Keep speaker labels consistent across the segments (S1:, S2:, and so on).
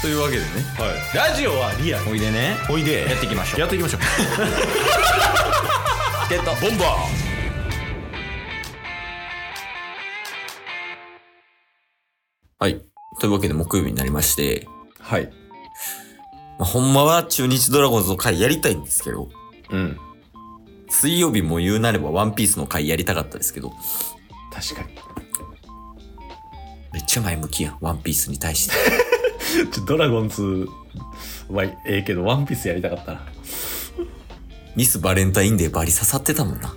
S1: というわけでね
S2: はい、ラジオはリアル
S1: おいでね
S2: おいで
S1: やっていきましょう
S2: やっていきましょう
S1: ゲットボンバーはい。というわけで木曜日になりまして、
S2: はい
S1: まあ、ほんまは中日ドラゴンズの回やりたいんですけど、
S2: うん
S1: 水曜日も言うなればワンピースの回やりたかったですけど、
S2: 確かに
S1: めっちゃ前向きやん、ワンピースに対して。
S2: ちょドラゴンズはええけどワンピースやりたかったな
S1: ミスバレンタインデーバリ刺さってたもんな。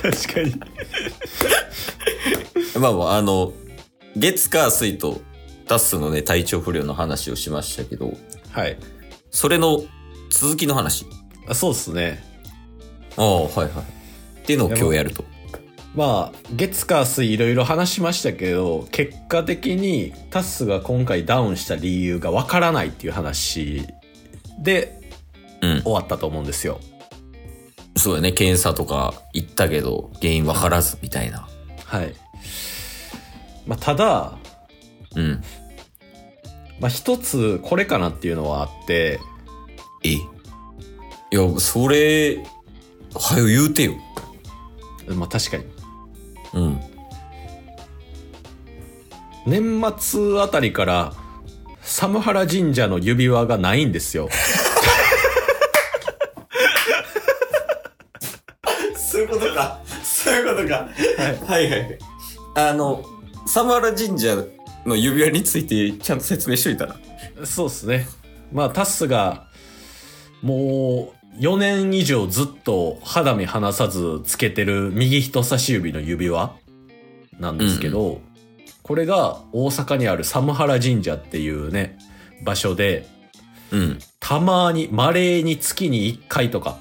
S2: 確かに
S1: まあまあ、あの、月火水とダッスのね、体調不良の話をしましたけど、
S2: はい
S1: それの続きの話。
S2: あそうっすね
S1: ああ、はいはい。っていうのを今日やると。
S2: まあ月火水いろいろ話しましたけど結果的にタスが今回ダウンした理由がわからないっていう話で
S1: うん。
S2: 終わったと思うんですよ
S1: そうだね、検査とか行ったけど、原因わからずみたいな。
S2: はい、まあ、ただ
S1: うん。
S2: まあ、一つこれかなっていうのはあって
S1: えいや、それ、はよ言うてよ。
S2: まあ確かに
S1: うん。
S2: 年末あたりからサムハラ神社の指輪がないんですよ
S1: そういうことか。そういうことか。はいはいはい。あの、サマラ神社の指輪についてちゃんと説明しといたら。
S2: そうですねまあタスがもう4年以上ずっと肌身離さずつけてる右人差し指の指輪なんですけど、これが大阪にあるサムハラ神社っていうね場所で
S1: うん。
S2: たまにまれに月に1回とか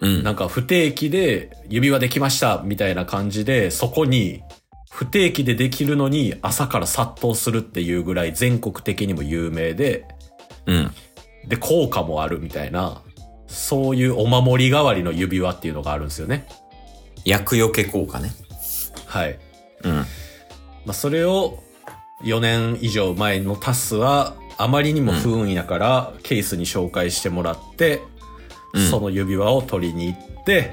S1: うん。
S2: なんか不定期で指輪できましたみたいな感じで、そこに不定期でできるのに朝から殺到するっていうぐらい全国的にも有名で、
S1: うん。
S2: で、効果もあるみたいな、そういうお守り代わりの指輪っていうのがあるんですよね。
S1: 薬よけ効果ね。
S2: はい。
S1: うん。
S2: まあ、それを4年以上前のタスはあまりにも不運やからケースに紹介してもらって、
S1: うん
S2: その指輪を取りに行って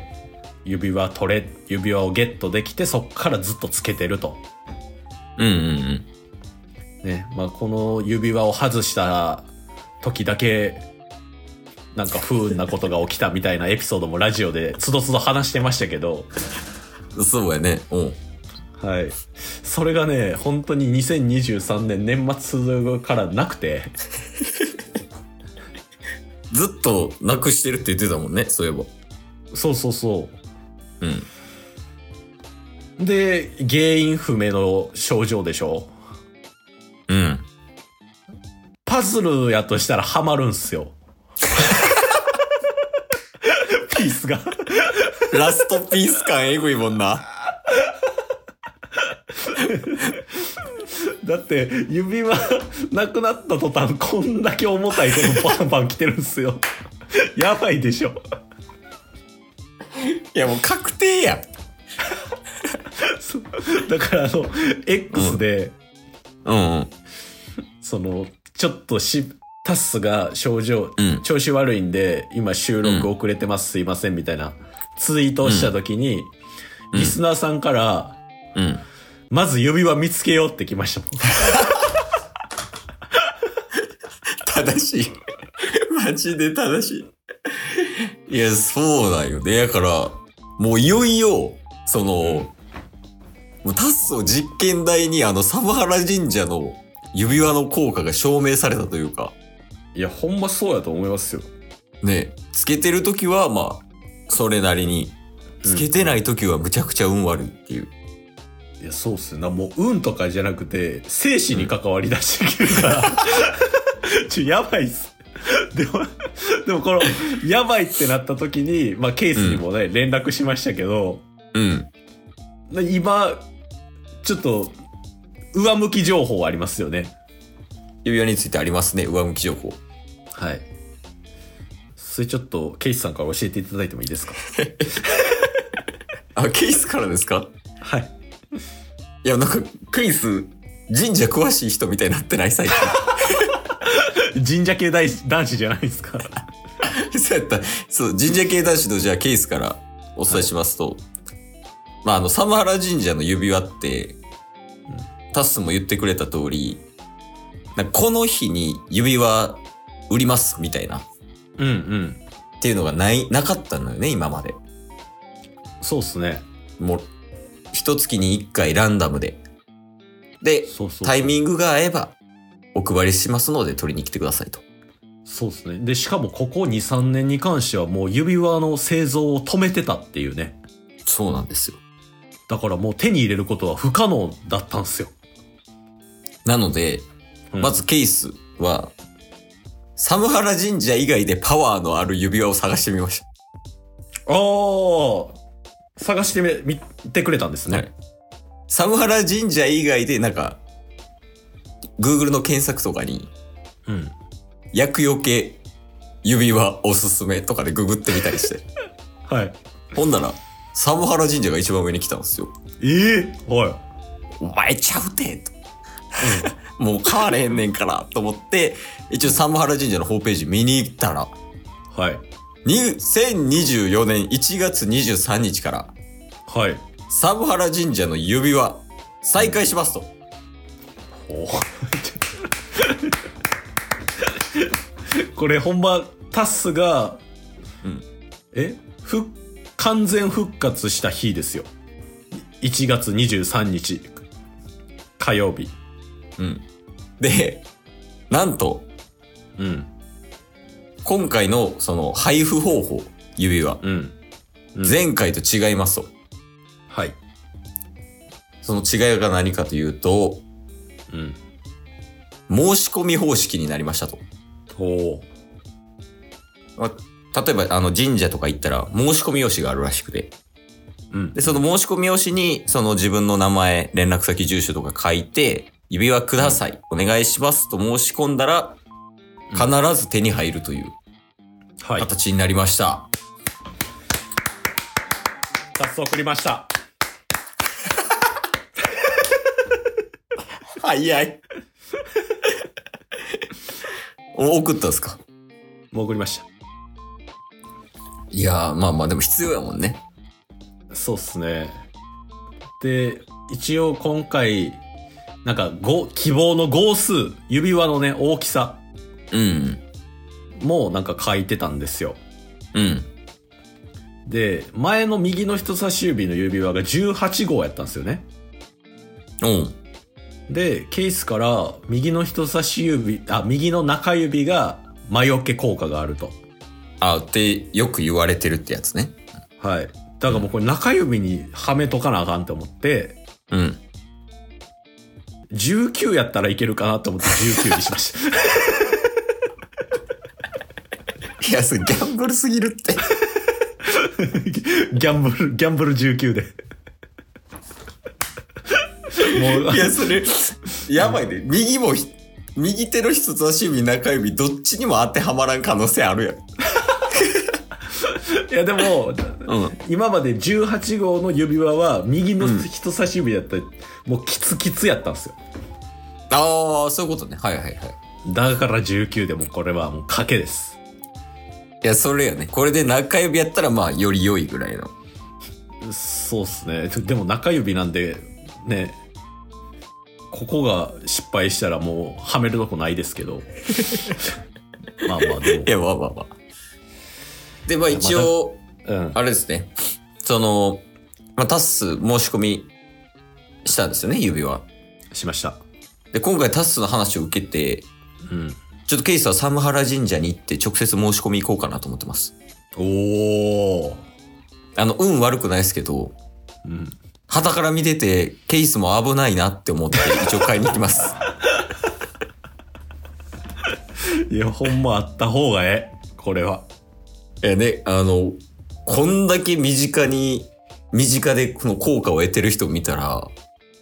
S2: 指輪取れ指輪をゲットできてそっからずっとつけてると、
S1: うんうん
S2: ねまあ、この指輪を外した時だけなんか不運なことが起きたみたいなエピソードもラジオでつどつど話してましたけど
S1: うん。そうやね。うん。
S2: はい。それがね、本当に2023年年末からなくて、
S1: ずっとなくしてるって言ってたもんね、そういえば。
S2: そうそうそ
S1: うん。
S2: う。で、原因不明の症状でしょ
S1: うん。
S2: パズルやとしたらハマるんすよ。 ピースが。
S1: ラストピース感えぐいもんな。
S2: だって、指輪なくなった途端、こんだけ重たいことバンバン来てるんすよ。やばいでしょ。
S1: いやもう確定やん。
S2: そうだから、あの、X で、
S1: うんうん。
S2: そのちょっとしタッスが症状、
S1: うん
S2: 調子悪いんで今収録遅れてます、すいませんみたいなツイートをした時に、
S1: うん
S2: リスナーさんから、
S1: うん。
S2: まず指輪見つけようってきましたもん
S1: 正しい。マジで正しい。いや、そうだよね。だから、もういよいよ、その、もうタッソ実験台にあの、サムハラ神社の指輪の効果が証明されたというか、
S2: いやほんまそうやと思いますよ
S1: ね、つけてるときは、まあ、それなりに、つけてないときはむちゃくちゃ運悪いっていう。
S2: いやそうっすよなもう運とかじゃなくて生死に関わりだしてくるから、ちょやばいっすでもでもこのやばいってなった時に、まあ、ケースにもね、連絡しましたけど、
S1: うん。
S2: で今ちょっと上向き情報ありますよね
S1: 指輪についてありますね、上向き情報。
S2: はいそれちょっとケイスさんから教えていただいてもいいですか
S1: あ、ケースからですか
S2: はい
S1: いや、なんか、クイズ、神社詳しい人みたいになってない最近。
S2: 神社系大男子じゃないですか。
S1: そうやった。そう、神社系男子のじゃあケースからお伝えしますと、まあ、あの、サムハラ神社の指輪って、タッスも言ってくれた通り、なんかこの日に指輪売りますみたいな、っ
S2: うんうん。
S1: ていうのがない、なかったのよね、今まで。
S2: そうっすね。
S1: もう、一月に一回ランダムで。で、
S2: そうそう。
S1: タイミングが合えば、お配りしますので取りに来てくださいと。
S2: そうですね。で、しかもここ2、3年に関してはもう指輪の製造を止めてたっていうね。
S1: そうなんですよ。
S2: だからもう手に入れることは不可能だったんですよ。
S1: なので、
S2: うん
S1: まずケースは、サムハラ神社以外でパワーのある指輪を探してみまし
S2: ああ探してみ、見てくれたんです
S1: た。
S2: ね。
S1: はいサムハラ神社以外で、なんか、Google の検索とかに、
S2: うん。
S1: 薬除け指輪おすすめとかでググってみたりして。
S2: はい。
S1: ほんなら、サムハラ神社が一番上に来たんですよ。
S2: ええは
S1: お前ちゃうてと。 もう変われへんねんからと思って、一応サムハラ神社のホームページ見に行ったら、
S2: い。はい。
S1: 2024年1月23日から、
S2: はい。
S1: サムハラ神社の指輪、再開しますと。
S2: おー これほんまタスが、
S1: うん
S2: えふ完全復活した日ですよ1月23日火曜日
S1: うん。で、なんと、
S2: うん
S1: 今回のその配布方法、指輪、
S2: うんうん
S1: 前回と違いますと。
S2: はい
S1: その違いが何かというと、
S2: うん
S1: 申し込み方式になりましたと。
S2: おお
S1: まあ例えば、あの神社とか行ったら申し込み用紙があるらしくて。
S2: うん
S1: で、その申し込み用紙に、その自分の名前、連絡先、住所とか書いて、指輪ください、お願いしますと申し込んだら、
S2: うん
S1: 必ず手に入るという
S2: はい
S1: 形になりました。
S2: タス送りました
S1: 早い。 お送ったんすか
S2: もう送りまし
S1: いやー、まあまあ、でも必要やもんね。
S2: たそうっすねで一応今回なんかご希望の号数指輪のね大きさ
S1: うん。
S2: もなんか書いてたんですよ。
S1: うん。
S2: で、前の右の人差し指の指輪が18号やったんですよね。
S1: おう。
S2: で、ケースから右の人差し指、あ、右の中指が魔除け効果があると。
S1: あ、って、よく言われてるってやつね。
S2: はい。だからもうこれ中指にはめとかなあかんと思って、
S1: うん。
S2: 19やったらいけるかなと思って19にしました。
S1: いや、それギャンブルすぎるって。
S2: ギャンブル、ギャンブル19で。もう、
S1: いや、それ、やばいね。右もひ、右手の人差し指、中指、どっちにも当てはまらん可能性あるやん。
S2: いやでも、
S1: うん。
S2: 今まで18号の指輪は右の人差し指だったり、もうキツキツやったんですよ
S1: ああ、そういうことね。はいはいはい。
S2: だから19でもこれはもう賭けです
S1: いや、それよね。これで中指やったら、まあ、より良いぐらいの。
S2: そうっすねでも中指なんでねここが失敗したらもうはめるとこないですけ どまあまあでも
S1: いや、まあまあまあ。で、まあ一応、
S2: うん
S1: あれですね。その、まあ、タッス申し込みしたんですよね、指輪。
S2: しました
S1: で、今回タッスの話を受けて、
S2: うん
S1: ちょっとケイスはサムハラ神社に行って直接申し込み行こうかなと思ってます。
S2: おお
S1: あの、運悪くないですけど、
S2: うん
S1: 旗から見てて、ケイスも危ないなって思って、一応買いに行き ます。
S2: いやほんまあった方がええこれは
S1: えね、あの、こんだけ身近に、身近でこの効果を得てる人を見たら、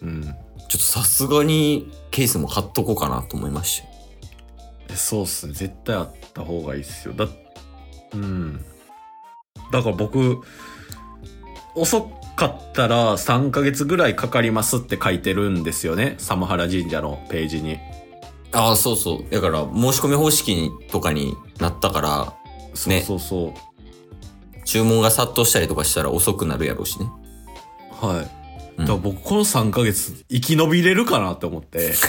S2: うん
S1: ちょっとさすがにケイスも貼っとこうかなと思いました。
S2: そうっすね絶対あった方がいいっすよだうんだから僕遅かったら3ヶ月ぐらいかかりますって書いてるんですよねサムハラ神社のページに
S1: ああ、そうそう。だから、申し込み方式にとかになったから、
S2: そうそうそう。
S1: 注文が殺到したりとかしたら遅くなるやろうしね。
S2: は
S1: う
S2: い。
S1: ん
S2: だから僕、この3ヶ月、生き延びれるかなって 思って。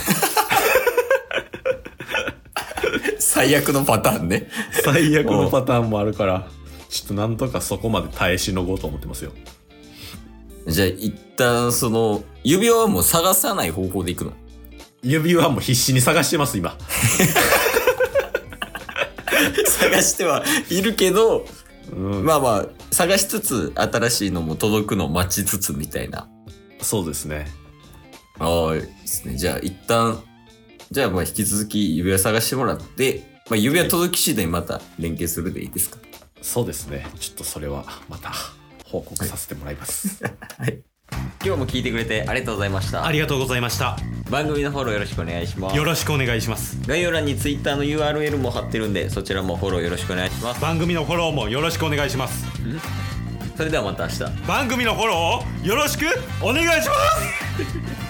S1: 最悪のパターンね。
S2: 最悪のパターンもあるから、ちょっとなんとかそこまで耐えしのごうと思ってますよ。
S1: じゃあ、一旦、その、指輪はもう探さない方向でいくの。
S2: 指輪も必死に探してます、今。
S1: 探してはいるけど、
S2: うん、
S1: まあまあ、探しつつ、新しいのも届くのを待ちつつみたいな。
S2: そうですね。
S1: ああ、いいですね。じゃあ、一旦、じゃあ、まあ、引き続き指輪探してもらって、まあ、指輪届き次第また連携するでいいですか。
S2: そうですね。ちょっとそれは、また、報告させてもらいます。
S1: 今日も聞いてくれてありがとうございました。
S3: ありがとうございました
S1: 番組のフォローよろしくお願いします
S3: よ。ろしくお願いします
S1: 概要欄に Twitter の URL も貼ってるんで、そちらもフォローよろしくお願いします。
S3: 番組のフォローもよろしくお願いします
S1: それではまた明日。
S3: 番組のフォローをよろしくお願いします